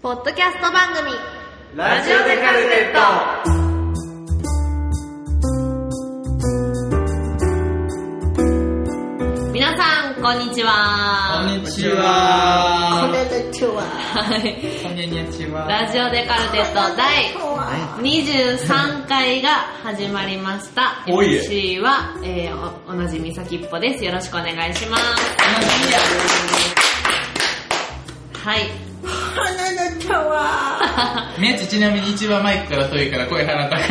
ポッドキャスト番組ラジオでカルテット皆さんこんにちはこんにちはにちははいこんにちはラジオでカルテット第23回が始まりましたおいえ MC は、えーおおなじみさきっぽですよろしくお願いしますはい みやちちなみに一番マイクから遠いから声鼻高いは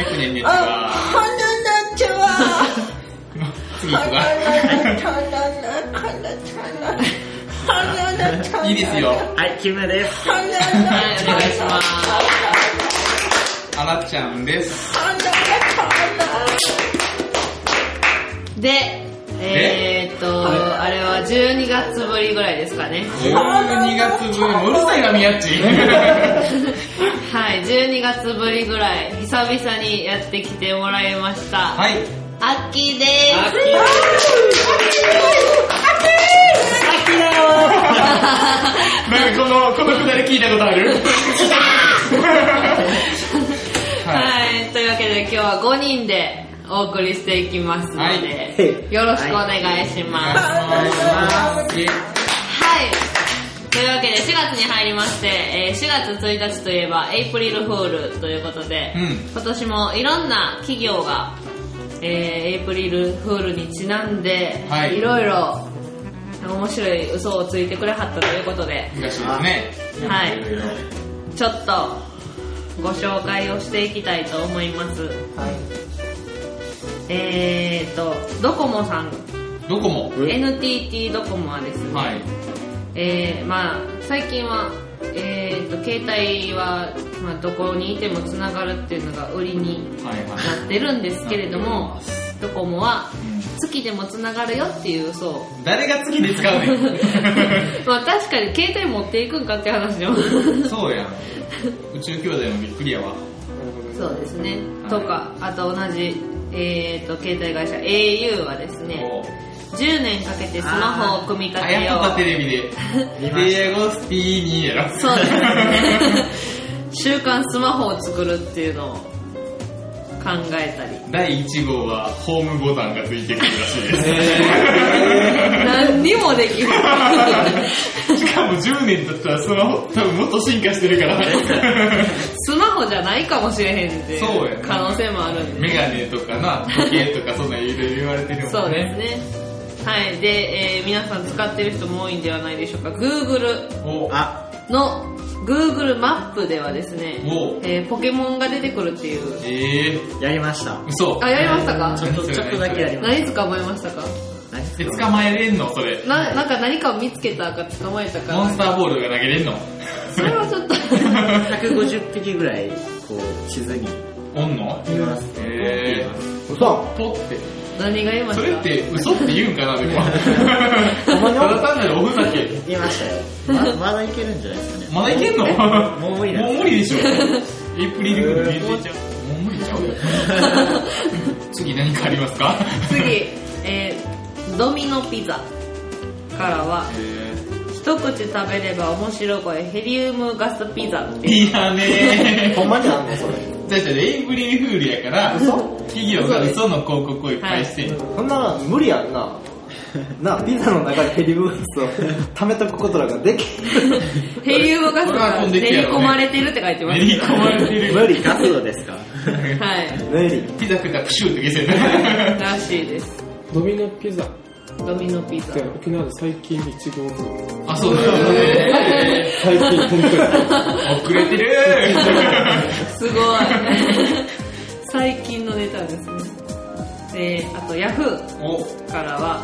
いこんにちは次行くわいいですよはい、キムです。はいお願いしますあらちゃんですでえー、っとあれは12月ぶりぐらいですかね12月分もうるさいなみやちはい、12月ぶりぐらい、久々にやってきてもらいました。はいアッキーでアッキなんかこのこのくだり聞いたことあるす。はいはい、というわけで今日は5人でお送りしていきますので、はいよろしくお願いします。はい、というわけで4月に入りまして、えー4月1日といえばエイプリルフールということで、うん今年もいろんな企業が、えーエイプリルフールにちなんで、はいいろいろ面白い嘘をついてくれはったということで、昔ですねはいろろちょっとご紹介をしていきたいと思います。えーと、ドコモさん、どこも NTT ドコモはですね、はいえーまあ最近は、えーと携帯は、まあ、どこにいてもつながるっていうのが売りにはいはなってるんですけれどもドコモは月でもつながるよっていう嘘を い誰が次で使うねん まあ確かに携帯持っていくんかって話 でもそうやん。宇宙兄弟もびっくりやわ。そうですね、はいとかあと同じ、えーと携帯会社 au はですねこう10年かけてスマホを組み立あてよやっぱテうレビで見、ましたディアゴスティーニやろ。そうですね週刊スマホを作るっていうのを考えたり 第1号はホームボタンがついてくるらしいです。何にもできない しかも10年経ったらスマホ多分もっと進化してるから。スマホじゃないかもしれへんっていそうやうな可能性もあるんでメガネとかな、時計とかそんなんいろいろ言われてるそもうんですね。ねはいで、えー皆さん使ってる人も多いんではないでしょうか Google おあ、の Google マップではですねお、えーポケモンが出てくるっていうえー、やりました。嘘。あやりましたかちょっと、ちょっとだけやりまし何捕まえましたかた。で捕まえれんのそれ。ななんか何かを見つけたか捕まえたかモンスターボールが投げれんのそれはちょっと150匹ぐらい、こう、地図におんのいます。え嘘ー、ポって。何が言いまそしれたっかて嘘って言うんかなでもただ単なるおふざけいましたよ。ままだいけるんじゃないですかね。まだいけんのもう無理だもう無理でしょエイプリルフール限定ちゃうもう無理ちゃうよ次何かありますか次、えードミノピザからはえ一口食べれば面白い声ヘリウムガスピザーいやねほんまにあんのそれ。ーだってエイプリルフールやから企業が嘘の広告をいっぱいしてんのそんな無理やんな。な、ピザの中にヘリウムガスを溜めとくことらができヘリウムガスこれはが混んでき練てやりろうね込まれてるって書いてます練り込まれてる無理、ガスドですかはい無理。ピザ食ったらプシューって消せるらしいですドミノピザっドミノピザて沖縄で最近一号あそうだよね最近本当に遅れてるすごい最近のネタですねであとヤフーおからは、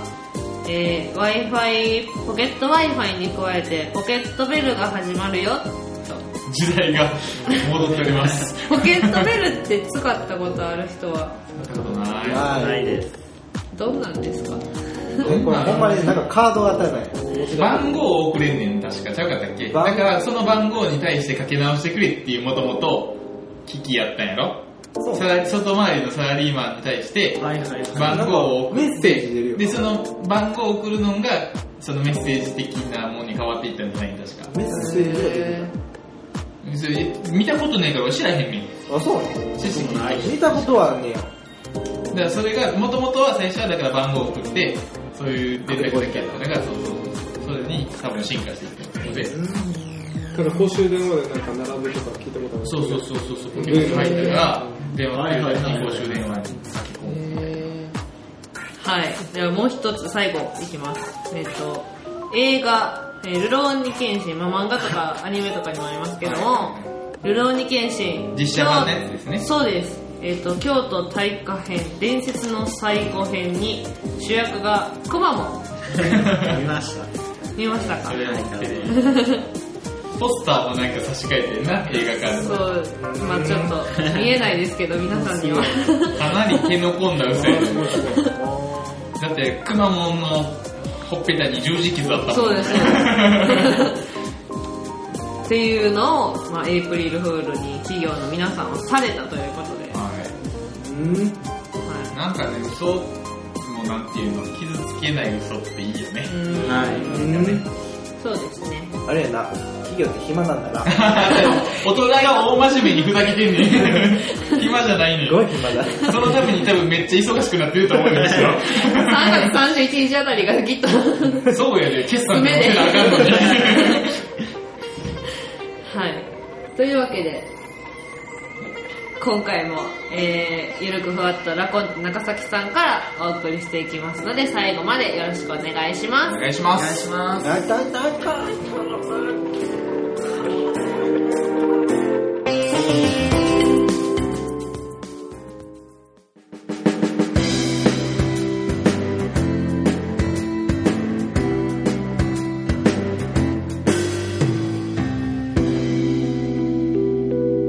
え w i f i ポケット w i f i に加えてポケットベルが始まるよと時代が戻っておりますポケットベルって使ったことある人はなったことないなはいです。どんなんですかい。これほんまになんかカードが当たらない。番号を送れんねん確かちゃうかったっけだ番号からその番号に対してかけ直してくれっていうもともと機器やったんやろそうサラ外回りのサラリーマンに対してはいはい。番号を送メッっセージ出るてよでその番号を送るのがそのメッセージ的なものに変わっていったんじゃない確か。メッセージが出てえそれ見たことないから知らへんねん。くるあ、そうね。知識ない。見たことはねえよ。だからそれが、もともとは最初はだから番号を送って、そういうデータがだけやったから、そうそう。それに多分進化していったので、から公衆電話でなんか並ぶとか聞いたことあるそうそうそうそうそう、ポケットに入ったから、電話っていうのに公衆電話に先込むみたいな。はい。ではもう一つ最後いきます。えっと、映画、えールローニケンシン、まあ、漫画とかアニメとかにもありますけども、ルローニケンシン。実写版のやつですねそうです。えっ、と、京都大火編、伝説の最後編に主役がくまモン。見ました。見ましたかそれは持ってるポスターもなんか差し替えてんな、映画館 その。う、まあちょっと見えないですけど、皆さん には。かなり手の込んだ嘘やねだって、くまモンのほっぺたに十字傷だったもんそうです、そうです。っていうのを、まあ、エイプリルフールに企業の皆さんはされたということで、ははいうんなんかね、嘘もなんていうの、傷つけない嘘っていいよねい。。うんはい。うんそうですね。あれやな、企業って暇なんだな。大人が大真面目にふざけてんねん。暇じゃないねすごいん。暇だ。そのために多分めっちゃ忙しくなってると思うんですよ。 3月31日あたりがきっと。はそうやで、決算でもせなあかんのに。い。というわけで、今回も、えー、ゆるくふわっとラコン中崎さんからお送りしていきますので、最後までよろしくお願いしますお。願いします。あいたいたいた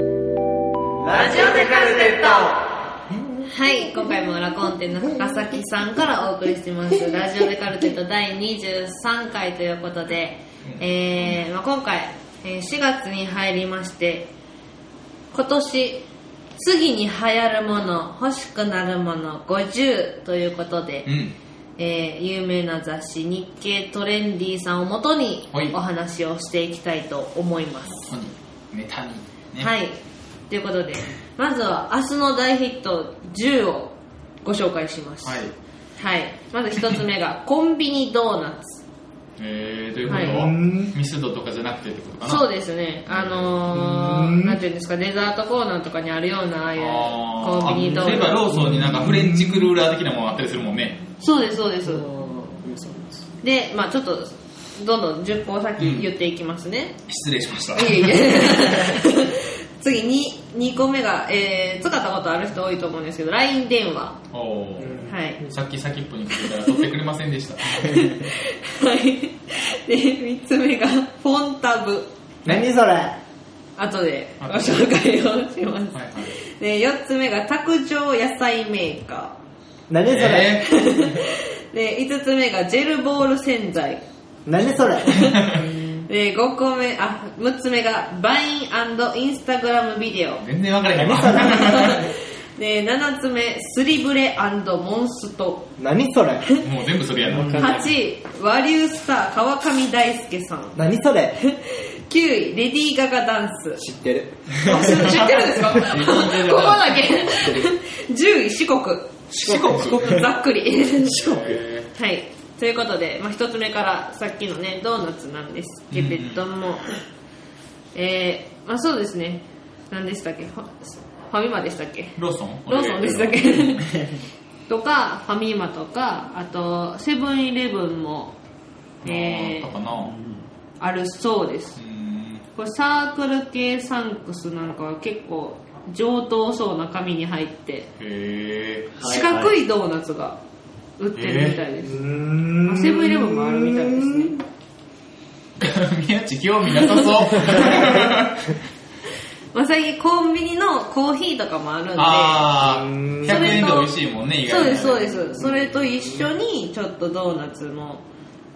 ラジオでカルテットはい、今回もラコンテの高崎さんからお送りして ます。ラジオデカルテット第23回ということで、えーまあ、今回、えー4月に入りまして、今年、次に流行るもの、欲しくなるもの50ということで、うん。えー有名な雑誌日経トレンディさんをもとにはいお話をしていきたいと思います。本に、ネタに。ねはい。ということで、まずは明日の大ヒット10をご紹介します。ははいい。。まず一つ目 が、コンビニドーナツ。えー、ということ、はミスドとかじゃなくてってことかな。そううですね。あのー、なんていうんですか、デザートコーナーとかにあるような、ああいうあコンビニードあ例えーばナツ。ローソンになんかフレンチクルーラー的なものあったりするもんね。そうです、そうです。で、まあちょっと、どんどん10個先言っていきますね。失礼しました。 いえいえ 次に、2個目が、えー、使ったことある人多いと思うんですけど、LINE 電話。はおーい。さっき先っぽに来てたら取ってくれません でした。はい。で、3つ目が、フォンタブ。何それ後でご紹介をします。はいはいで、4つ目が、卓上野菜メーカ何それ、えー ー。で、5つ目が、ジェルボール洗剤。何それで、5個目、あ、6つ目が、バインインスタグラムビデ オ。全然わからへんわ。で、7つ目、スリブレモンスト。何それもう全部それやな。 8位、和流スター、川上大輔さん。何それ9位、レディー・ガガダンス。知ってる。あ知知ってるんですかここだけ10位四国四国ざっくりえはいということで、まあ、一つ目からさっきのねドーナツなんですけれども、えー、まあそうですね何でしたっけファファミマでしたっけーローソンローソンでしたっけとかファミマとかあとセブンイレブンも、えあーーかな。うあるそうですーん。これサークル系サンクスなんかは結構上等そうな紙に入ってへーはい四角いドーナツが売ってるみたいです、うんあセブンイレブンもあるみたいですね。宮地興味な さそう。まあ、最近コンビニのコーヒーとかもあるんであー、そ100れ円とで美味しいもんね、意外そうとねですそうですそれと一緒にちょっとドーナツも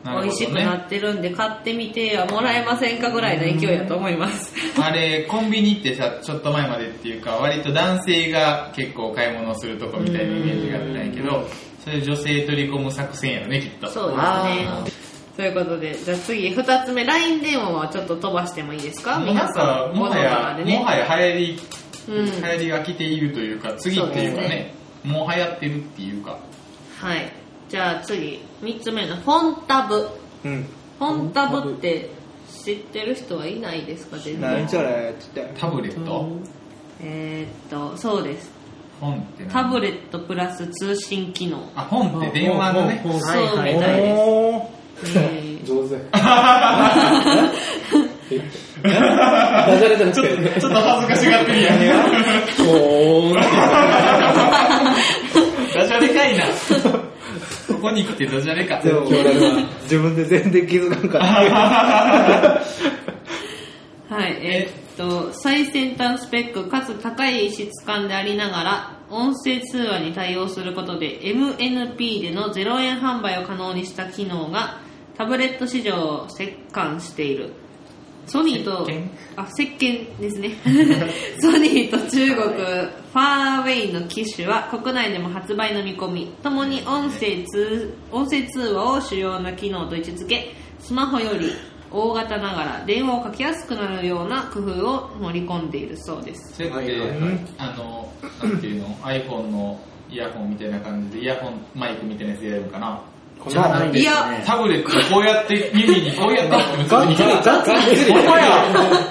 なるほ美どね味しくなってるんで買ってみてはもらえませんかぐらいの勢いだと思いますあれ、コンビニってさ、ちょっと前までっていうか、割と男性が結構買い物をするとこみたいなイメージがあったんやけど、それ女性取り込む作戦やろね、きっと。そうですねあということで、じゃあ次、二つ目、LINE 電話はちょっと飛ばしてもいいですかもうなんか、もはや、でもね。はや流行り、うん。流行りが来ているというか、次っていうかね、もう流行ってるっていうか、はい。じゃあ次、三つ目の、フォンタブ。うん。フォンタブって知ってる人はいないですか全然。何それって言って。タブレットえーっと、そうです。本ってタブレッレットプラス通信機能。トあ、本って電話のねほ。うほうほうそうみたいでおー。す。え ー上手。えダジャレじゃなくて、ちょっと恥ずかしがってるやん。ほーんダジャレかいな。ここに来てダジャレか。でも、俺は自分で全然気づかんかった。はい、えーっと、最先端スペックかつ高い質感でありながら、音声通話に対応することで、MNP での0円販売を可能にした機能が、タブレット市場を席巻している。ソニーと石鹸、あ、石鹸ですね。ソニーと中国、ファーウェイの機種は国内でも発売の見込み、ともに音声通音声通話を主要な機能と位置づけ、スマホより大型ながら電話をかけやすくなるような工夫を盛り込んでいるそうです。それって、あの、なんていうの、iPhone のイヤホンみたいな感じで、イヤホンマイクみたいなやつでやるのかな。じゃないでいすやね。タブレットこうやって耳にこうやって普通にガッツリ。ほんまや。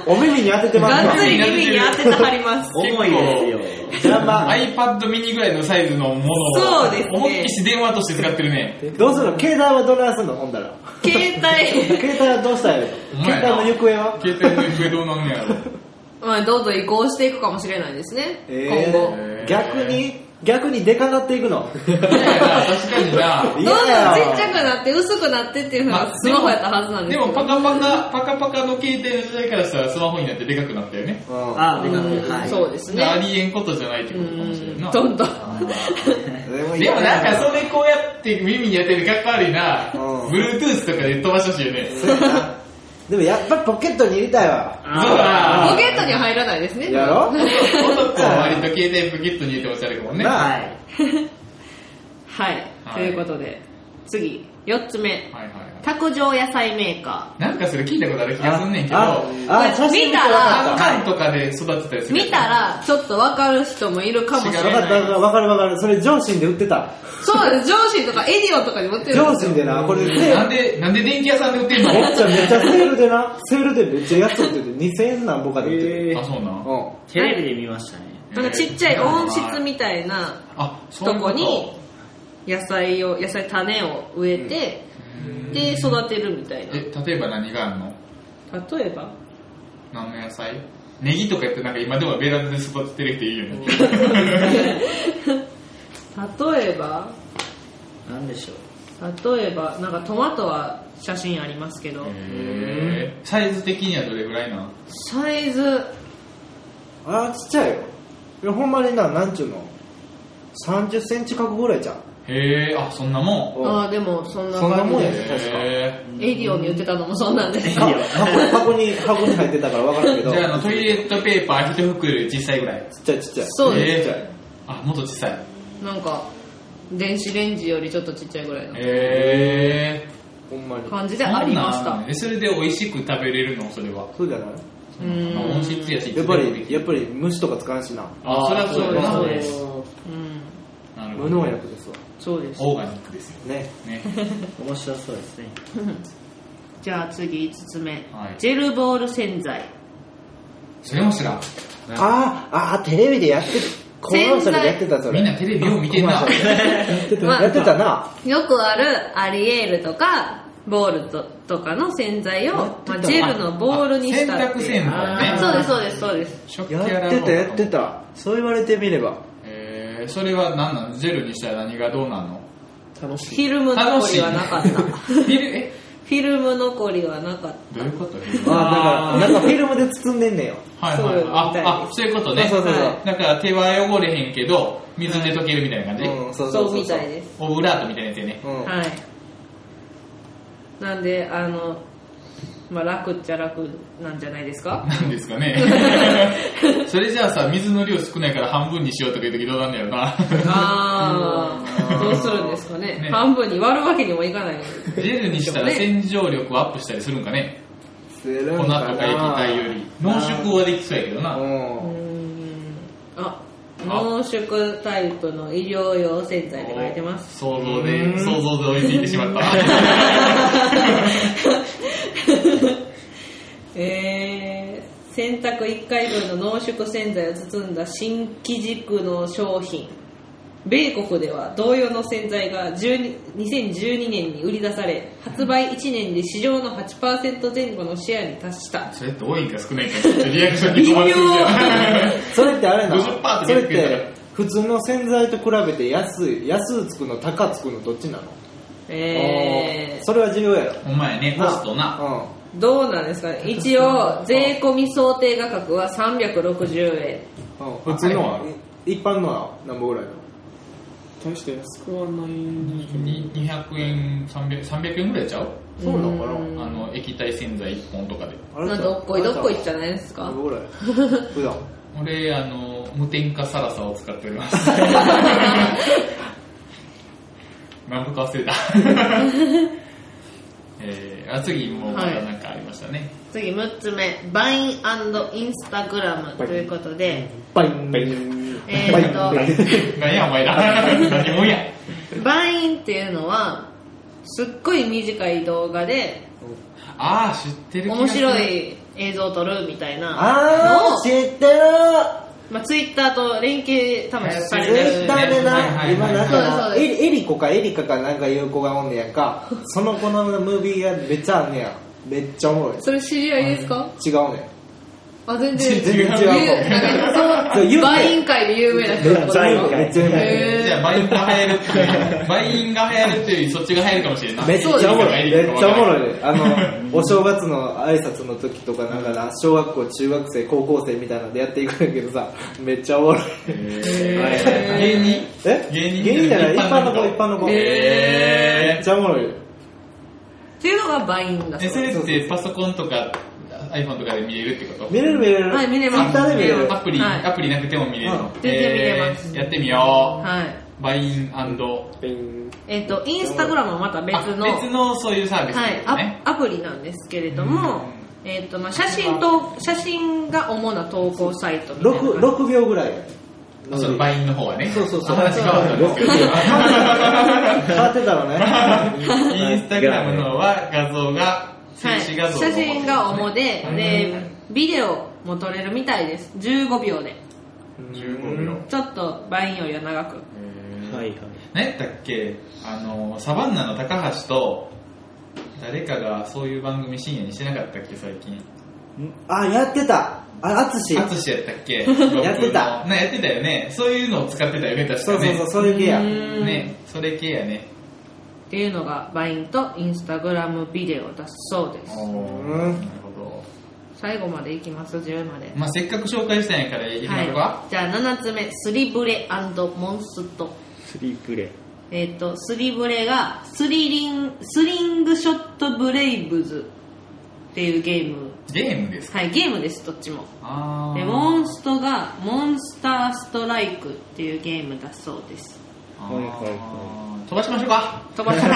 お耳に当ててますね。がっつり耳に当ててはります。 重いですよ。邪魔。 iPad ミニぐらいのサイズのものそうをですね思いっきし電話として使ってるね。どうするの携帯はどないすんのほんだら。携帯、携帯はどうしたらいいの携帯の行方は携帯の行方どうなんねやろ。まあ、どんどん移行していくかもしれないですね。え今後。ー、逆に、逆にでかなっていくの。いやいや確かにな。どんどんちっちゃくなって薄くなってっていうふうまなあスマホやったはずなんででけすもどパカパカ、パカパカの携帯の時代からしたらスマホになってでかくなったよね。うんあー、でかうんく、はい。そうですあね。りえんことじゃないってうことかもしれんんな。どんどん。でもでもなんかそれこうやって耳に当てるかっこ悪いな。うん Bluetooth とかで飛ばしてほしいよね。そうやな でもやっぱりポケットに入れたいわ。そうだポな。ケットには入らないですね。や ろ音と割と携帯ポケットに入れておしゃれかもね。はなあはい。はい。はいということで、次、4つ目い。はいはい。卓上野菜メーカなんかそれ聞いたことある気がすんねんけど、あこれあ、写真見たらカわかンカンとかで育てたりすー。る。見たら、ちょっとわかる人もいるかもしれない。違うったわかったわかるわかる。それ上信で売ってた。そうなんです。上司とかエディオンとかに持ってるん上です信よ。でな、これセーなルんで、なんで電気屋さんで売ってんのめっちゃめっちゃセールでな、セールでめっちゃ安く売ってて、2000円なんぼかで売ってて。あ、そうなん。うん。テレビで見ましたね。なんかちっちゃい温室みたいなあ、そういとうことに、野菜を、野菜種を植えて、で、育てるみたいな。え、例えば何があんの例えば何の野菜ネギとかやってなんか今でもベランダで育ててる人いるよね。例えばなんでしょう。例えばなんかトマトは写真ありますけど、へーサイズ的にはどれぐらいなのサイズあーちっちゃいよいやほんまにななんちゅうの30センチ角ぐらいじゃんへえ、あ、そんなもん。うんああでもそんなそんな感じもんやでね確かへエディオンに売ってたのもそうなんですいいがよ。箱箱に箱に入ってたから分かるけーどじゃああちのトイレットペーパー一袋小さいぐらい。っちゃいちっちゃいそうですちっちゃいあ、もっと小さい。 なんか電子レンジよりちょっとちっちゃいぐらいのへえ。ほんまに感じでありましそうなんたやねそれで美味しく食べれるのそれは。そうじゃないうまあん温室やし、いつでやっもぱできりるやっぱり虫とか使わんしなあ、それはそうだな。そうでうすんなるほ無ど。農薬ですわそうですオーガニックですよねね。面白そうですね。じゃあ次5つ目、はいジェルボール洗剤それも知らん。あーあーテレビでやってるコマーシャルでやってたそれみんなテレビを見てんなコマ。ーシャルやってたまあやってたなよくあるアリエールとかボールととかの洗剤を、まあ、ジェルのボールにしたっていう洗濯洗剤ねあそうですそうですそうです食器洗やうってたやってたそう言われてみればえー、それは何なのジェルにしたら何がどうなんの楽しフい。ィルム残りはなかったフフィ ルえィルム残りはなかったどういうことあーだからなんかフィルムで包んでんねんよはいはいそはいうみたいあであそういうことねそうそうそうだから手は汚れへんけど水で溶けるみたいな感じ、うんそうそそうそううみたいですオブラートみたいなやつやねうんはいなんであのまあ楽っちゃ楽なんじゃないですかなんですか ね。それじゃあさ、水の量少ないから半分にしようとか言うときどうなんだよな。ああ、どうするんですかねね半分に割るわけにもいかないのジェルにしたら洗浄力をアップしたりするんかね。するん粉とかなか液体より。濃縮はできそうやけどな。ううんんああ濃縮タイプの医療用洗剤って書いてます想像で、想像で追いついてしまった。 えー、洗濯1回分の濃縮洗剤を包んだ新機軸の商品米国では同様の洗剤が12 2012年に売り出され発売1年で市場の8%前後のシェアに達したそれって多いんか少ないんかちょっとリアクションに微困妙る それってあれな50%のそれっって言ってたて普通の洗剤と比べて安い安つくの高つくのどっちなのえーそれは重要やろお前ね、コストな。などうなんですかね一応税込み想定価格は360円うんうん普通のは一般のは何本ぐらいなの大して安くはないんじゃないに200円、300, 300円ぐらいちゃうそうなのかなうんあの、液体洗剤1本とかで。あれまあどっこいどっこいじゃないですか何本ぐらい 普段俺、あの、無添加サラサを使っており ます。何とか忘れた。 えー、あ、次もまたなんかありましたね。次6つ目バインインスタグラムということでバインバイえーっと 何やお前ら。 何もんや。バインっていうのはすっごい短い動画であー、知ってる気が面する白。い映像を撮るみたいなのあをー、知ってるまあ、ツイッターと連携多分されツてるイッ絶ター対ではいはいはな、い今なんそうかそな、うエリエリコかエリカかなんかいう子がおんねやんか、その子のムービーがめっちゃあんねや。めっちゃおもろい。それ知り合いですか、違うねあ全然全然違う有なんかそうバイン界で有名な人めっちゃいいめっちゃうまい。へーじゃあ、バインが流行るっていう、バインが流行るっていうより、そっちが流行るかもしれんない。めっちゃおもろい。そうめっちゃおもい。ろいで。あの、お正月の挨拶の時とかなんかな、 小学校、中学生、高校生みたいなのでやっていくんやけどさ、めっちゃおもろ い。えー芸人え芸人芸人じゃない一般の子、一般の子。へーめっちゃおもろいで。っていうのがバインだそえ、うそれってパソコンとか iPhone とかで見れるってこと見れる見れる。はい見れますツイッターで見れるア。プリ、はいアプリなくても見れるうんの。全然見れますやってみよはい。う。バインペインえっ、と、インスタグラムはまた別の、あ別のそういうサービスはいですね。ア、アプリなんですけれども、えっ、と、まあ、写真と、写真が主な投稿サイトみたいな感じ6、六秒ぐらいやね。あその バインの方はね。そうそうそう話変わったんです けど。変わってた のね。インスタグラムの方は画像が、は静い、止画像写真が主で、うんで、ビデオも撮れるみたいです。15秒で。 15秒。ちょっと、バインよりは長く。はいはい。何やったっけあのサバンナの高橋と誰かがそういう番組深夜にしてなかったっけ最近あ、やってた。あ、あつし。淳やったっけやってたなやってたよねそういうのを使ってたよね確そうかねそうそう、そういう系や。うんねそれ系やねっていうのが、バインとインスタグラムビデオだそうです。ーなるほ最後までいきます、10までど。まあせっかく紹介したんやからいきましょうかい、じゃあ7つ目スリブレモンストスリープレイ。えっ、とスリブレがスリリンスリングショットブレイブズっていうゲームゲームですかはいゲームですどっちもあでモンストがモンスターストライクっていうゲームだそうですあはいはいー飛ばしましょうか飛ばします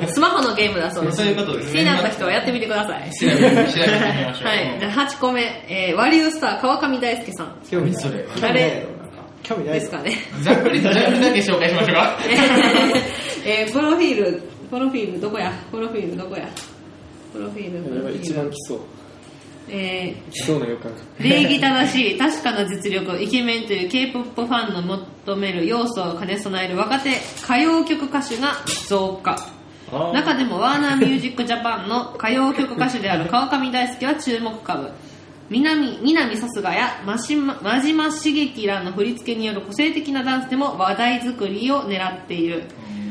かスマホのゲームだそうですそういうことです気になった人はやってみてください調べて調べてみましはょうい、じゃあ8個目、えー、ワリウスター川上大輔さん興味ないそれ興味ないよなんか興味なでいよすかねざっくりとジャンルだけ紹介しましょうか えー、プロフィール、プロフィールどこやプロフィールどこやプロフィール、プロやフばいィ一ー番ル。来そうえ来そうな予感ー、礼儀正しい、 確かな実力、イケメンという K-POP ファンの求める要素を兼ね備える若手歌謡曲歌手が増加。あ中でもワーナーミュージックジャパンの歌謡曲歌手である川上大輔は注目株南南さすがや真島真島茂樹らの振り付けによる個性的なダンスでも話題作りを狙っている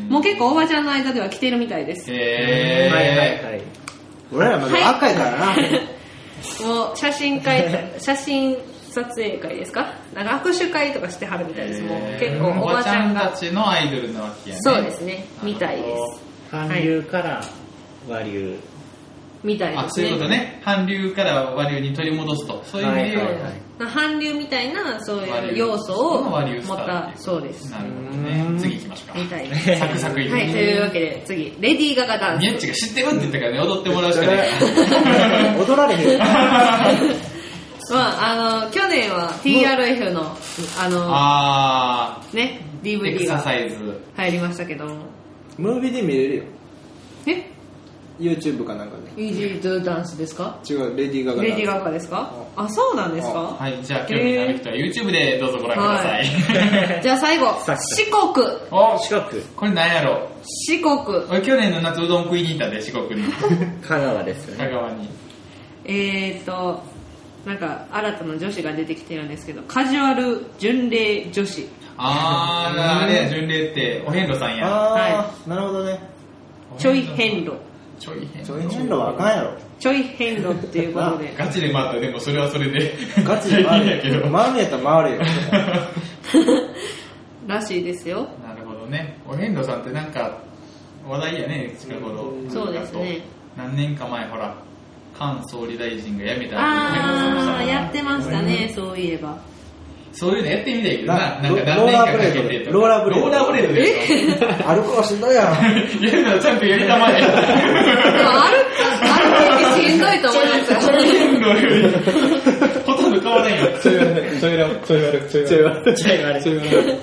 もう結構おばちゃんの間では来てるみたいですえー、はいはいはい。俺らまだ若いからな。もう写真会写真撮影会ですかなんか握手会とかしてはるみたいですもう結構おばちゃんおばがたちのアイドルなわけやねそうですねみたいです韓流から和流みたいあでそすういうこね。とね韓流から和流に取り戻すとそういう意味でははいはいはい韓流みたいなそう和いう流要素を和流ス持タっーってたいそうです。なるほどうねん次行きましょうかみたいですサク サクいくはい、というわけで次、レディー・ガガダン宮 ス。っちが知ってるって言ったからね踊ってもらうしかない踊られへん。まあ、あの、去年は TRF の、あの、 あね、ーエク DVD サがサイズ入りましたけども。ムービーで見れるよ。え YouTube かなんかで。イージー・ドゥ・ダンスですか違う、レディーガガだレディー・ガガですかあ、そうなんですか はいじゃあ興味のある人は YouTube でどうぞご覧ください、じゃあ最後さっ、四き国。 お近く、これなんやろ四国。俺去年の夏うどん食いに行ったんで四国 に香川ですよ香ね。川にえーと、なんか新たな女子が出てきてるんですけど、カジュアル巡礼女子。あーあれや巡礼ってお遍路さんやあー、なるほどね。ちょい変路。ちょい変ちょい変路はあかんやろ。ちょい変路っていうこと で。ガチで回ったでもそれはそれでガチで回いいんれ やけどよ。回るんやったら回れよ。らしいですよ。なるほどね。お遍路さんってなんか話題やね、近頃。そうですねなんかと。何年か前、ほら、菅総理大臣が辞めたあー、ややってましたね、そういえば。そういうのやってみたいけどな、ななんか何年かかけてとかローラーブレードローラーブレードでや歩くのしんどいやろ。るのはちゃんとやりたまえ。 でも歩く、歩くってしんどいと思いますよ。 遍路より ほとんど変わらんよ。ちょい悪い、ちょい悪い、ちょい悪い、ちょい悪い。ちょい悪い。近くあれちょい悪い。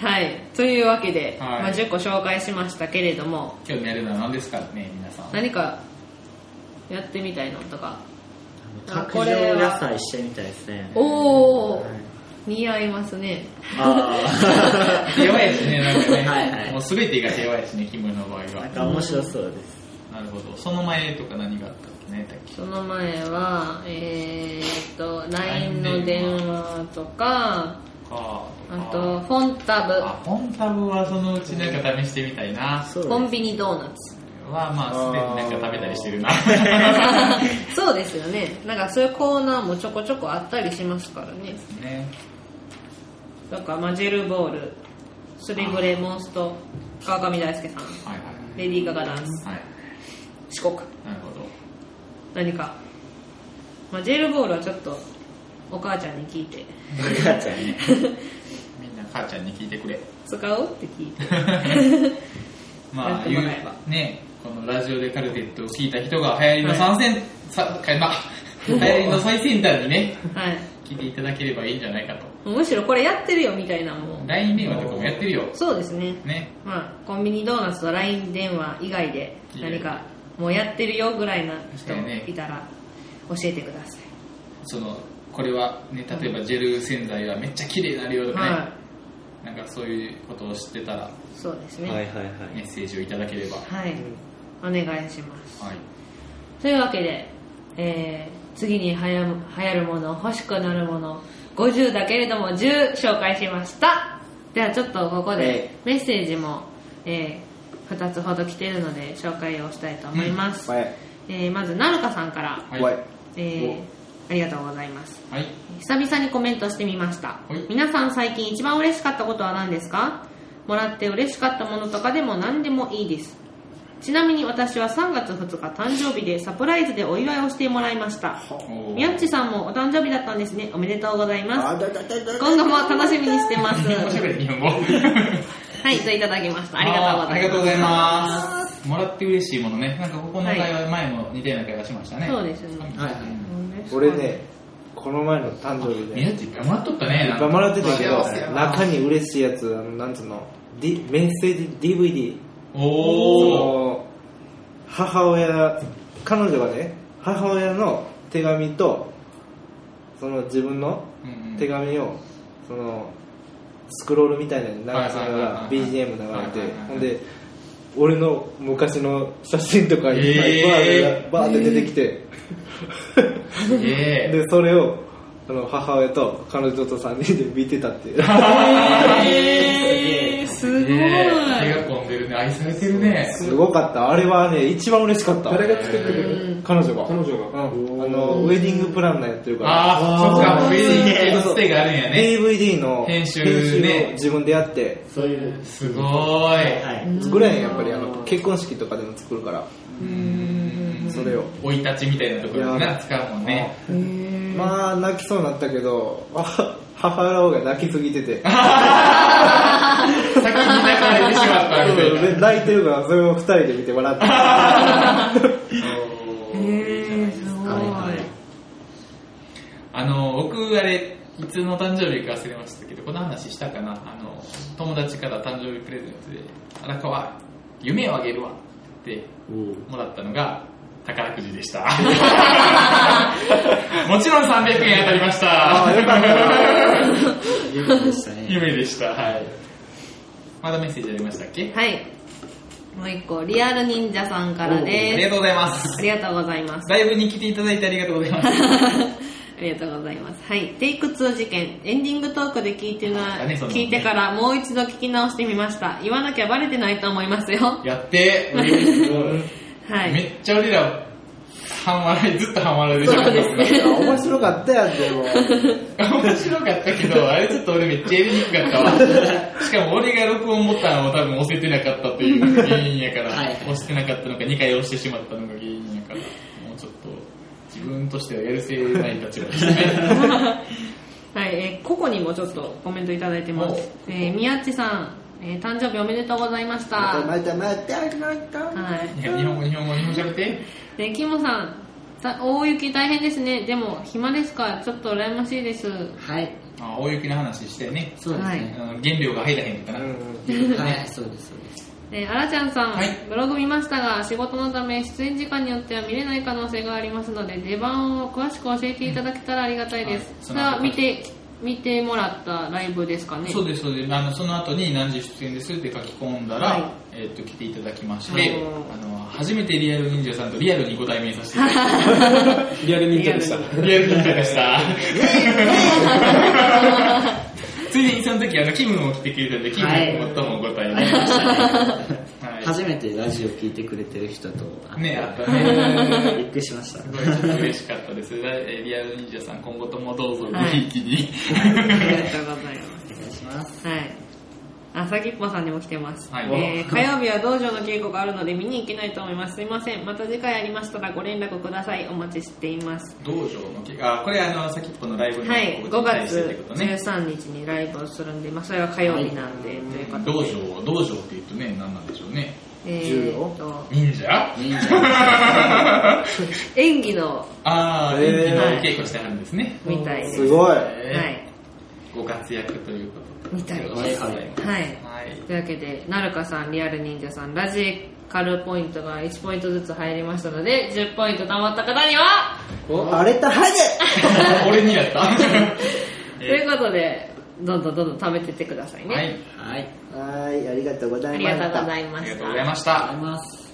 はい。というわけで、はいまあ10個紹介しましたけれども、興味あるのは何ですかね、皆さん。何かやってみたいのとか。卓上野菜してみたいですね。おーはい、似合いますね。あ手弱いしね、なんかね。はいはいもう全てが手弱いしね、キムの場合あ、なは。んか面白そうです。なるほど。その前とか何があったっけね、たっ け。その前は、えーっと、LINE の電話とか、ああと、フォンタあ、フォンタブはそのうちなんか試してみたいな。そうブ、コンビニドーナツ。はまあ、すでになんか食べたりしてるな。 そうですよね。なんかそういうコーナーもちょこちょこあったりしますからね。 ね。とか、マジェルボール、スリブレモンスト、川上大輔さん、はいレディー・ガガダンス、はい。はい。四国。なるほど。何か、まあ、ジェルボールはちょっとお母ちゃんに聞いて赤ちゃんね。 みんな母ちゃんに聞いてくれ。使うって聞い てやまっあ、て言もうらえば、ね、このラジオでカルテットを聞いた人が流行りの参戦、さ、かまあ、流行りの最先端にね、はい聞いていただければいいんじゃないかと。むしろこれやってるよみたいなもん LINE 電話とかもやってるよ。そうですねね。まあコンビニドーナツと LINE 電話以外で何かもうやってるよぐらいな人確かにねいたら教えてください、その、これはね、例えばジェル洗剤はめっちゃ綺麗になるよとかね。はいなんかそういうことを知ってたらそうですはねいはいはメッセージをいただければ。はい、お願いしますはい。というわけで、えー次に流行る流行るもの欲しくなるもの50だけれども10紹介しましたではちょっとここでメッセージも、え2つほど来てるので紹介をしたいと思います、怖い。えーまずなるかさんから、はい。怖い。えーありがとうございますはい。久々にコメントしてみました、はい皆さん最近一番嬉しかったことは何ですかもらって嬉しかったものとかでも何でもいいですちなみに私は3月2日誕生日でサプライズでお祝いをしてもらいましたおー宮地さんもお誕生日だったんですねおめでとうございあまだだだだす今後も楽しみにして ます面白い日本語。はいといただきました ありがとうございますあーありがとうございます。もらって嬉しいものね。なんかここの会話前も似たような会話しましたね。そうですねはい。俺ね、この前の誕生日で。みなっちいっぱいもらっとったね。いっぱいもらってたけど幸せや、な中に嬉しいやつ、あのなんつうの、D、メッセージ DVD。おー。その母親、彼女がね、母親の手紙と、その自分のうんうん手紙を、その、スクロールみたいなのに流しなはいはいがはいはらい BGM はいはいは流れいて、ほんで、俺の昔の写真とかいっぱえいーバーって出てきて、すげえ。で、それを、あの母親と彼女と3人で見てたって いう。えー、すごい手が込んでるね。愛されてるね。すごかった。あれはね、一番嬉しかった。誰が作ってくれる彼女が。彼女が。うん。あの、ウェディングプランナーやってるから。あー、そっか。ーフェイスの手があるんやね。 DVD の編集ねを自分でやって、い。そういう。すごーい。はい。作れんやん、やっぱりあの、結婚式とかでも作るから。うんそれを。生い立ちみたいなところが使うもんね。うんまあ、泣きそうになったけど、あ母親が泣きすぎてて、 先に泣かれてしまったみたいな。泣いてるから、それを二人で見て笑っておた。ーいいじゃないえでー、すすかごい。あの、僕、あれ、いつの誕生日か忘れましたけど、この話したかな。あの、友達から誕生日プレゼントで、荒川、夢をあげるわってもらったのが、宝くじでした。 もちろん300円当たりました。夢でしたね。夢でした。はい。まだメッセージありましたっけはい。もう一個、リアル忍者さんからありがで。とうございますす。ありがとうございます。 ライブに来ていただいてありがとうございます。ありがとうございます。はい。テイク2事件。エンディングトークで聞いてな、だねその聞いてからもう一度聞き直してみました。言わなきゃバレてないと思います よ。やって、はい。めっちゃ俺ら、半笑い、ずっと半笑いでしょ。そうですね面白かったやん、でも。面白かったけど、あれちょっと俺めっちゃやりにくかっ たわ。しかも俺が録音ボタンを多分押せてなかったという原因や から、はいはい押してなかったのか2回押してしまったのが原因やから、もうちょっと自分としてはやるせない立場ですね。 はい。えー、ここにもちょっとコメントいただいてます。えー、宮地さん、えー誕生日おめでとうございました。はまたまた、また。い。いや日本語、日本語、日本語喋って。え、キモさん、さ大雪大変ですね。でも、暇ですかちょっと羨ましいです。はい。あ大雪の話してね。そうですね。あの原料が入らへんかうらな。んはい、そうです、そうです。えー、あらちゃんさん、はいブログ見ましたが、仕事のため出演時間によっては見れない可能性がありますので、出番を詳しく教えていただけたらありがたいです。はいそれは見て、見てもらったライブですかね。そうです、そうです。あの、その後に何時出演ですって書き込んだら、はえっ、と、来ていただきましはてい、あの、初めてリアル忍者さんとリアルにご対面させていただきまリアル忍者で した。した。リアル忍者でした。ついでにその時、あの、キムも来てくれたんで、キムもともご対面しましたね。は初めてラジオ聞いてくれてる人と会ってい。ね、あったね。びっくりしました。すごいちょっと嬉しかったです。えリアル忍者さん、今後ともどうぞごひいきに。ありがとうございます。お願いします。はい。あ、さきっぽさんにも来てます。はいえー火曜日は道場の稽古があるので見に行けないと思います。すいません。また次回ありましたらご連絡ください。お待ちしています。道場の結果、あこれあの、先っぽのライブのはい。告5知に対してって月ことね。 13日にライブをするんで、まあ、それは火曜日なんで、ということで。道場は道場って言うとね、何なんでしょうね。えーっと、忍者いいんじゃない演技のああ、演技のえー稽古してはるんですね。みたいです。すごい。はい。ご活躍ということで。みたいですありがとうございますはい。はい。というわけで、なるかさん、リアル忍者さん、ラジカルポイントが1ポイントずつ入りましたので、10ポイント貯まった方には、あれたはず俺にやった。 ということで、どんどんどんどん食べてってくださいね。はい。ははい。い、ありがとうござあいりました。がとうございあまりがしたとうご。ざいましあた。ります。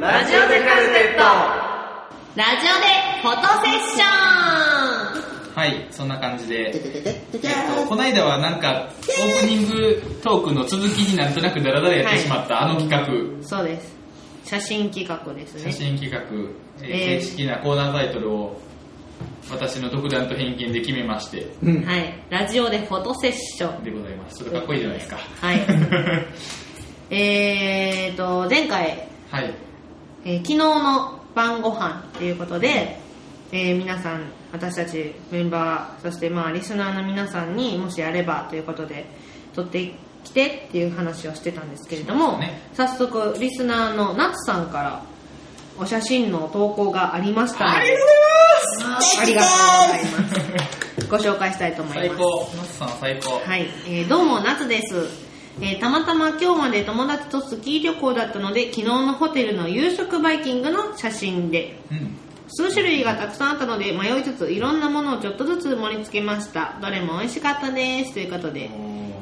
ラジオでカルテットラジオでフォトセッショはい、そんな感じで。てててててえっとこの間はなんか、オープニングトークの続きになんとなくダラダラやってしまったあの企画、ンそうです。写真企画です写ね。真企画、えーえー正式なコーナータイトルを私の独断と偏見で決めましてはい。ラジオでフォトセッション。でございます。ちょっとかっこいいじゃないですか。はい。えーと、前回、 はい。えー昨日の晩ご飯ということで、えー皆さん私たちメンバーそしてまあリスナーの皆さんにもしやればということで撮ってきてっていう話をしてたんですけれども、そうですね早速リスナーのナツさんからお写真の投稿がありましたのでありがとうございますご紹介したいと思います最高。マスさん最高。はい、えーどうも、夏です。えーたまたま今日まで友達とスキー旅行だったので、昨日のホテルの夕食バイキングの写真で、うん。数種類がたくさんあったので迷いつつ、いろんなものをちょっとずつ盛り付けました。どれも美味しかったです。ということで、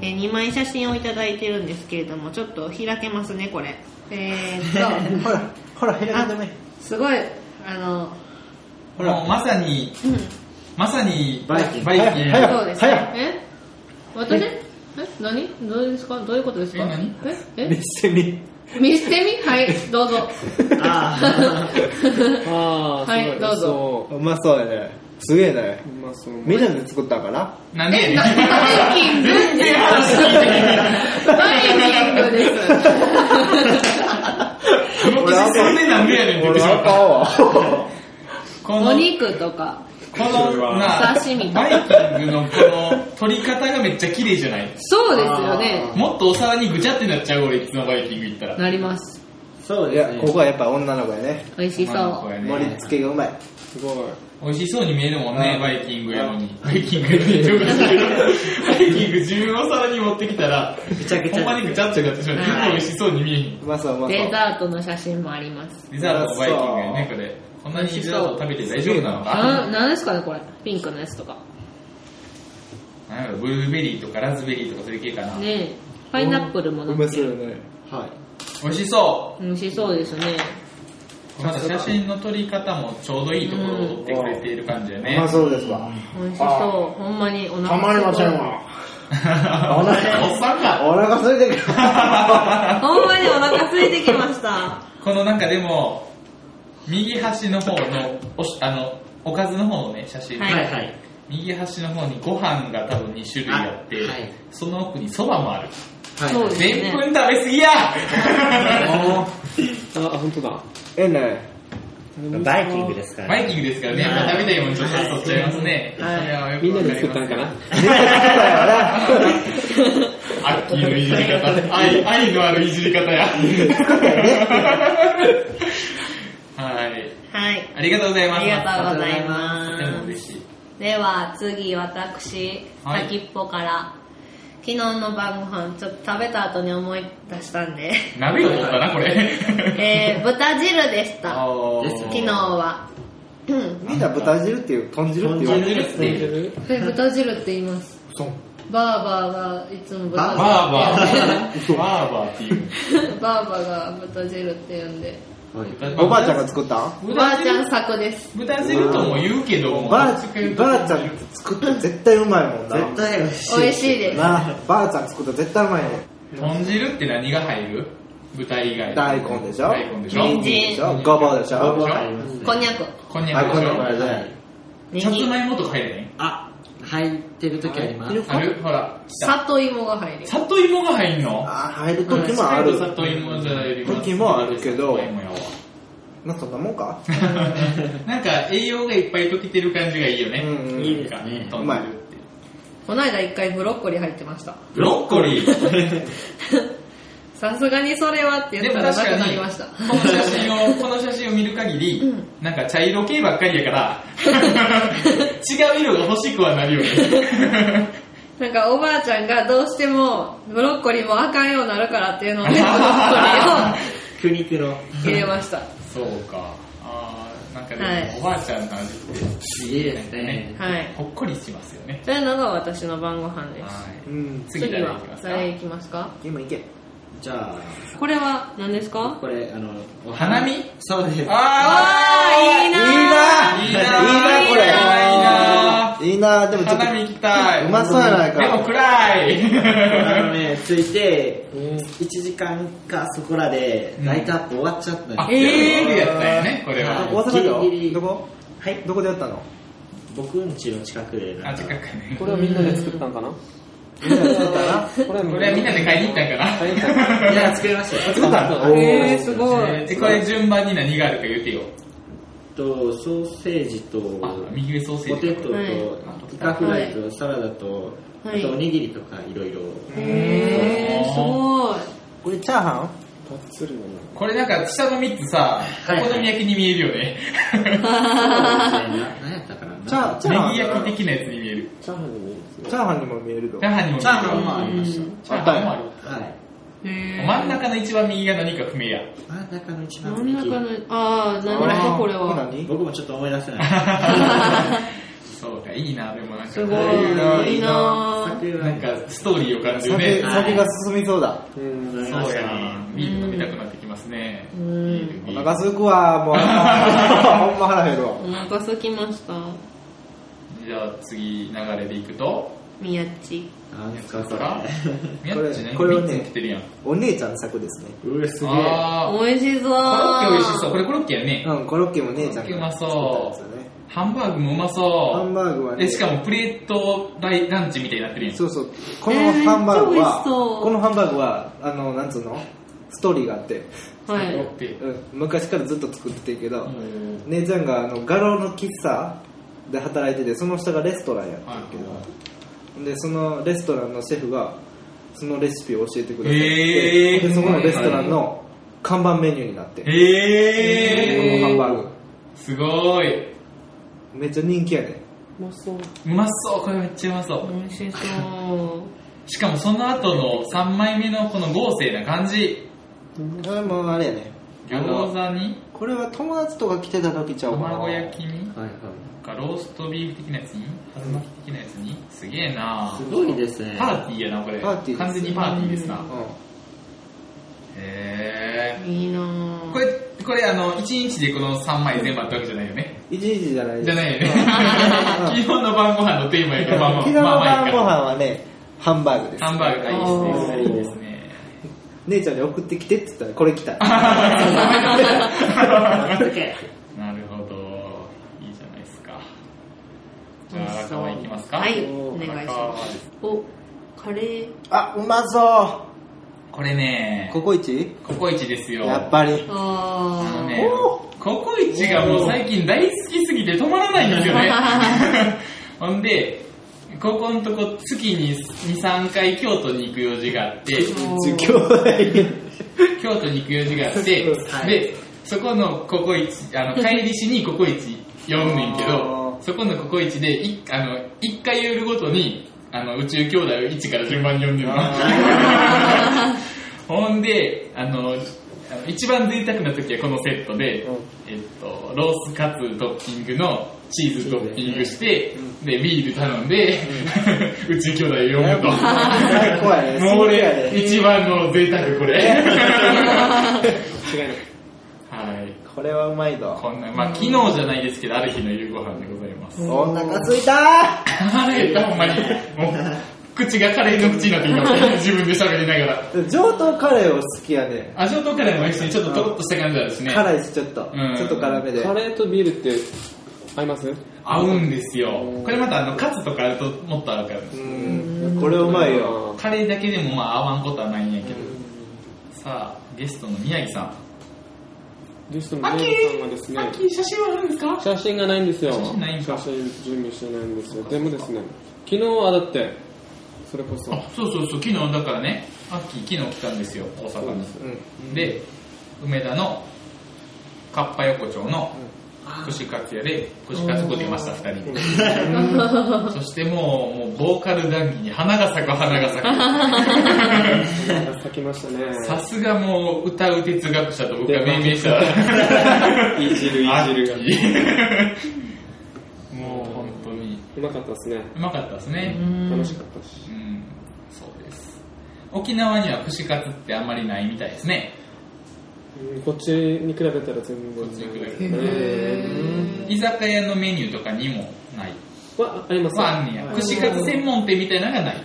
え2枚写真をいただいてるんですけれども、ちょっと開けますね、これ。えーっと、 ほら、ほら、部屋のめ。すごい、あの、ほらもうまさに、まさに、バイキングバイキング。早っそうです早ね。っえ私え何どうですかどういうことですかえ何えミステリえ見してみはい、どうぞ。ああーはいすごどうぞそううまそうやねすげえねうまそうみんなで作ったんかななんえ、でなバイキング全然話聞いてバイキングです。へんこの記事そんなになんでやねんって言ってしまあっかた。んわ こおの、肉とか。この、な、バイ刺キ身ングのこの、取り方がめっちゃ綺麗じゃないそうですよね。もっとお皿にぐちゃってなっちゃう俺、いつもバイキング行ったら。なります。ーそういでやすねここはやっぱ女の子やね美味しそう。まあこれね盛り付けがうまいすごい美味しそうに見えるもんねう、んバイキングやのに。バイキングやのに上手だけどバイキング自分を皿に持ってきたら、ぐちゃぐちゃほんまにぐちゃっちゃになってしまう。はい結構美味しそうに見えへん。うまそううまそうデザートの写真もあります。デザートのバイキングやね、これ。こんなにデザート食べて大丈夫なのかななんですかね、これ。ピンクのやつとか。なんやろブルーベリーとかラズベリーとかそういう系かな。ねえパイナップルもう乗まっそてうる。よねは美味しそ美味しそうですね。う。また写真の撮り方もちょうどいいところを撮ってくれている感じやねうま。そうですわ美味しそう。ほんまにお腹。い。おっさんか。お腹空いてくるほんまにお腹空いてきました。この中でも、右端の方の、おしあの、おかずの方のね、写真、ははいはい。右端の方にご飯が多分2種類あって、あはいその奥に蕎麦もある。はい。そうです全ね分食べ過ぎやあ本当だええねバイキングですからバね。イキングですからね、やっぱ食べたいもんちょっと取っちゃいますね。はいそれはよくみんわなかりまです作ったんかなアッキーのいじり方。愛、愛のあるいじり方 や。はい。はい。ありがとうございます。ありがとうございとてもま嬉す。しい。では次私、はい先っぽから。昨日の晩ご飯ちょっと食べた後に思い出したんで。 鍋を取ったな、これ。えー、豚汁でした。あー昨日は。うん。みんな豚汁っていう豚汁って言われてる豚汁ってえ豚汁って言います。そうバーバーがいつもバ豚ー汁。バー。バーバーっていう。 バーバーが豚汁って呼んで。おばあちゃんが作ったんおばあちゃん作です。豚汁とも言うけども、ばあばあちゃん作ったら絶対うまいもんな絶対美味しい。美味しいです。なあばあちゃん作ったら絶対うまいね豚汁って何が入る豚以外。大根でしょ大根でしょ人参でしょごぼうでしごょぼうわかりますねこんにゃく。こんにあゃくこでしんなょのあれはねいさネつギ。まいもとか入れへんあ、入ってる時あります。あるほら。里芋が入る。里芋が入んのあ入る時もある里芋じゃないより時もあるけど里芋やわなそんなもんか なんか栄養がいっぱい溶けてる感じがいいよね。うんうんいいですね豚汁うまいってこの間一回ブロッコリー入ってました。ブロッコリー さすがにそれはってで言っもたら確なかくなに、りこまのした。写真を、この写真を見る限り、なんか茶色系ばっかり やから、違う色が欲しくはなるよね。なんかおばあちゃんがどうしてもブロッコリーもあかんようになるからっていうの で、ブロッコ苦肉の。リーを入れました。は そうか。あーなんかでも、はいおばあちゃんの味って、いいですね。い。ほっこりしますよね。というのが私の晩ご飯です。はいうん次次誰いはきますか誰行きますか今いけじゃこれは何ですあ、かこれ、あの、お花見そうです。ああーいいいいななーーいいいいないいないなこれいなでもーちょっと花見行きたい。うまそうやないかでも暗い。 あのね、着いて、1時間かそこらで、ライトアップ終わっちゃったんあ、ですよええー、やったよね、これはは。大阪ギリギ城リどこはい、どこでやったの僕ん家の近くでなあ、んか近くね。これはみんなで作ったんかなこれはこれはみんなで買いに行ったんかな買いに行ったんかいや、作りましたよ。作ったのおーえー、すごい。え、これ順番に何があるか言うてよ。と、ソーセージと、あ、右上ソーセポージテか。トと、イカフライと、サラダと、あはいとおにぎりとかいろいろ。えー、すごい。これチャーハンがっつりよこれなんか下の3つさ、はいお好み焼きに見えるよね。何やったかなチャーチャーハンネギ焼き的なやつに見える。なチャーハンにもいいですねチャーハンにも見えるぞチャーハンにも見える。チャーハンもありましチャーハンもある。た。はい。えー真ん中の一番右が何か不明や。真ん中の一番真ん中右。の、あー、なんだこれあーは。何僕もちょっと思い出せない。そそうか、いいな、でもなんか。すごああうのいいいな桜なんか、ストーリーを感じるね酒。酒が進みそうだ。うん。飲みまそうしたやね。ビール飲みたくなってきますね。うビんールおビール腹すくわ、もう。ほんま腹減るわ。お腹空きましたじゃあ次流れでいくと、宮地なんですかでそすれか宮これ地何これをね三つ来てるやん。お姉ちゃんの作ですね。うえ、すげえ。あー、美味しそうコロッケ美味しそう。これコロッケやね。うん、コロッケも姉ちゃんコロッケうまがそ作うったんですよね。ハンバーグもうまハそンバーグはう。ねで、、しかもプレートライランチみたいになってるやん。そうそう。このえーハンバーグめっちゃ美味は、しそうこのハンバーグは、あの、なんつうのストーリーがあって、はコロいッケ。うん、昔からずっと作ってるけど、うん姉ちゃんがあの画廊の喫茶で働いててその下がレストランやったけど、はでそのレストランのシェフがそのレシピを教えてくれて、へーでそこのレストランの看板メニューになって、えー、このハンバーすごい。グめっちゃ人気やねうまそううまそう、これめっちゃうまそう。美味しそうしかもその後の3枚目のこの豪勢な感じ。これもあれやね餃子に、これは友達とか来てた時ちゃうかな卵焼きに、はいはいかローストビーフ的なやつに、春巻き的なやつに、すげえなすごいですねパーティーやな、これ。パーティーです完全にパーティーですな。うへいいなー。ぁこれ、これあの、1日でこの3枚全部あったわけじゃないよね。ん一日じゃないじゃない よね。うん昨日の晩ご飯のテーマやから、まあまあ昨日のまあまあい晩いごか飯はねハンバーグですハンバーグがいいですね。いいですね。姉ちゃんに送ってきてって言ったらこれ来た なるほど。いいじゃないですか。じゃあ、荒川行きますか。はいお願いし荒川まはですすおカレーあうまそこれねう、ココイチココイチですよ。やっぱりああーのね、ココイチがもう最近大好きすぎて止まらないんですよね。 ほんで、ここのとこ月に2、3回京都に行く用事があって、お今日 京都に行く用事があって、はいで、そこのココイチ、あの、帰りしにココイチ読むねんけどあ、ーそこのココイチで、いあの、一回寄るごとに、あの、宇宙兄弟を1から順番に読んでるの。 ほんで、あの、あの一番贅沢な時はこのセットで、えっと、ロースカツトッピングのチーズトッピングして、で、ビール頼んで、 宇宙兄弟を読むと。最高やもねう最高や俺、ね一番の贅沢これ。違いない。はい。これはうまいぞこんな、まあ昨日じゃないですけど、ある日の夕ご飯でございます。お腹すいたあれほんまに。もう、口がカレーの口になってきました。自分で喋りながら。ー上等カレーを好きやね味のとカレーも美味しいねちょっとトロッとした感じなんですね。辛いしちょっとうんちょっと辛めでカレーとビールって合います合うんですよ。これまたあの、カツとかあるともっと合うから。うんこれうまいよカレーだけでもまあ合わんことはないんやけど。さあ、ゲストの宮城さん。ゲストのあ宮き城さんはですあね、き写真はあるんですか写真がないんですよ。写真ないんか写真準備してないんですよ。そっかでもですね、昨日はだって、それこそ、あ、そうそうそう、昨日だからね、あっき昨日来たんですよ、大阪に。う んで、梅田のかっぱ横丁の串カツ屋で串カツ食ってきました、二人で。 そしてもう、もうボーカル談義に花が咲く花が咲く。咲きましたね。 さすがもう歌う哲学者と僕が命名したら。いじるいじるがアッ。キー もう本当にうまかったですね。うまかったですね。楽しかったし。うん、そうです。沖縄には串カツってあんまりないみたいですね。うんこっちに比べたら全こっちに比べ然。うん居酒屋のメニューとかにもない。はありますはあんねや。串カツ専門店みたいなのがない。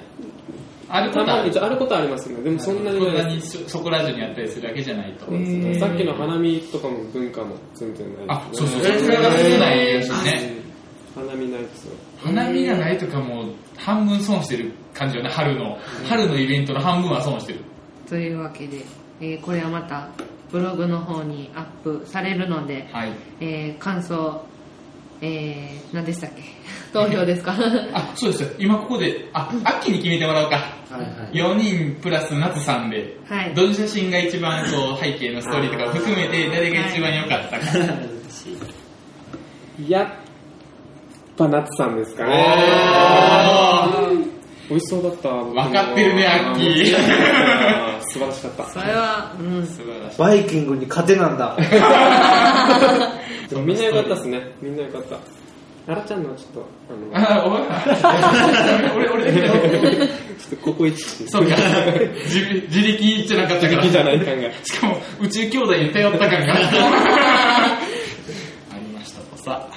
あるこたとまあにる。一応あることはありますね。でもそんなにこんなないにそそこら中にあったりするわけじゃないと。です。さっきの花見とかも文化も全然ない。あ、そうそう、桜が少ないらしいね。花見ないですよ。花見がないとかもう半分損してる感じよね、春の。春のイベントの半分は損してる。というわけで、えーこれはまたブログの方にアップされるので、はい。えー感想、えー、何でしたっけ投票ですかあ、そうですよ。今ここで、あ、秋に決めてもらおうか。はいはい4人プラス夏さんで、はいどの写真が一番こう背景のストーリーとかを含めて誰が一番良かったか。難しいやっぱ夏さんですかおね。美味しそうだった。分かってるねアッキーー。 素晴らしかった。それは、うん、素晴らしい。バイキングに勝てなんだでもみんな良かったですね。みんな良かった。奈良ちゃんのはちょっと、ああ、の、お前 俺、俺だけだよ。ちょっとここ一致そうか。自自力じゃなかったから。じゃ ない感が。しかも、宇宙兄弟に頼った感が。ありましたとさ。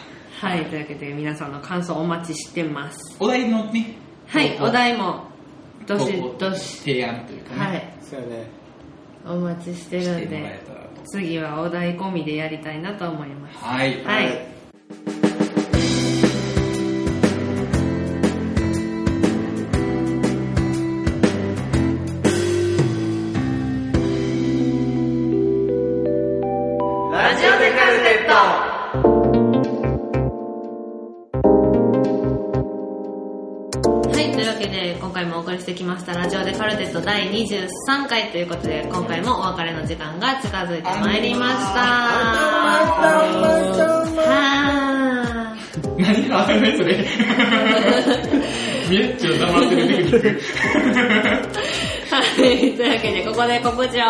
はい、というわけで皆さんの感想お待ちしてます。お題のね、はい、お題も、どしこうどし、提案というかね、はい、そうよね。お待ちしてしるんてもらえで、たらと。次はお題込みでやりたいなと思います。はい。はい。ラジオでカルテットはい、というわけで今回もお送りしてきました「ラジオでカルテット」第23回ということで今回もお別れの時間が近づいてまいりましたは何が当たり前それ。ミエッチを黙ってるテク ニック。い、というわけでここで告知を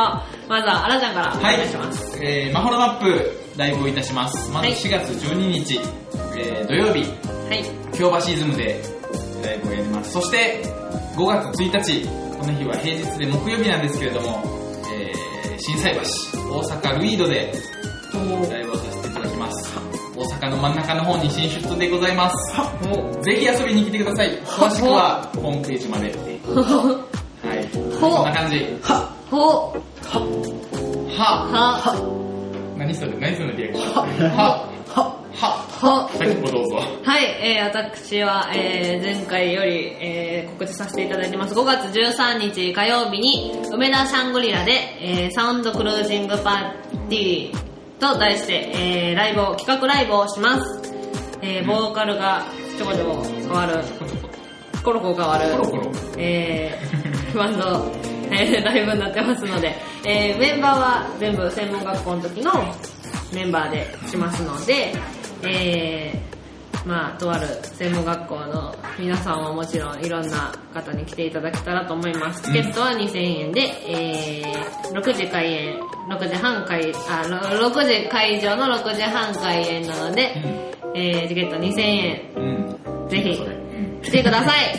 まずはあらちゃんからおはい願いします、、えー、マホロマップライブをいたします。まずはい4月12日、えー土曜日、はい京橋イズムでライブをやります。そして、5月1日、この日は平日で木曜日なんですけれども、えー、震災橋、大阪ルイードでライブをさせていただきます。大阪の真ん中の方に進出でございます。ぜひ遊びに来てください。詳しくはホームページまで。はい。こんな感じ。ほはは何それ何そのリアクションはははほ先ほどどうぞはい、えー、私は、えー、前回より、えー、告知させていただいてます5月13日火曜日に梅田シャングリラで、えー、サウンドクルージングパーティーと題して、えー、ライブを企画ライブをします、えー、ボーカルがちょこちょこ変わるコロコロ変わコるロコロえー、バンド、えーライブになってますので、えーメンバーは全部専門学校の時のメンバーでしますので、えーまあ、とある専門学校の皆さんはもちろんいろんな方に来ていただけたらと思います。チケットは2000円で、えー6時開演、6時半開、あ、ろ6時会場の6時半開演なので、えーチケット2000円、うんぜひそれうん来てください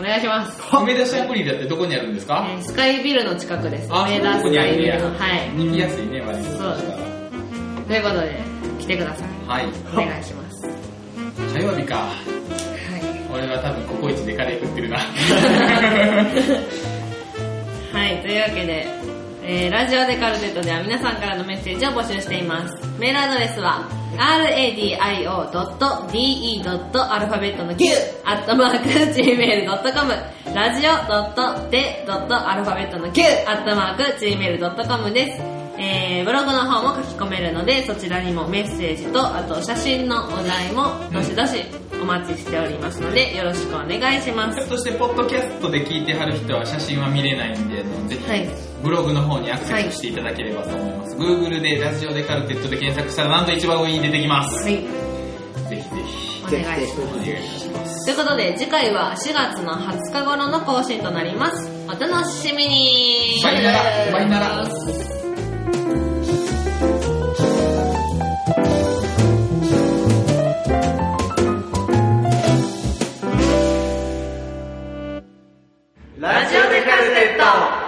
お願いします。梅田シャングリラってどこにあるんですかえースカイビルの近くです。あメダそスこにあカイるんビやルの。はい。行きやすいね割とそうですということで、来てください。はいお願いし ます。は火曜日かい。俺は多分ココイチでカレー食ってる なはい、というわけで、えーラジオデカルテットでは皆さんからのメッセージを募集しています。メールアドレスは、radio.de.alphabet の 9! アットマーク gmail.com ラジオ .de.alphabet の 9! アットマーク gmail.com です。えーブログの方も書き込めるのでそちらにもメッセージとあと写真のお題もどしどしお待ちしておりますのでよろしくお願いしますそしてポッドキャストで聞いてはる人は写真は見れないんであのぜひはいブログの方にアクセスしていただければと思います Google でラジオでカルテットで検索したらなんと一番上に出てきますはいぜひぜひお願いしますお願いいたしますということで次回は4月の20日頃の更新となりますお楽しみにバイナラバイナララジオでカルテット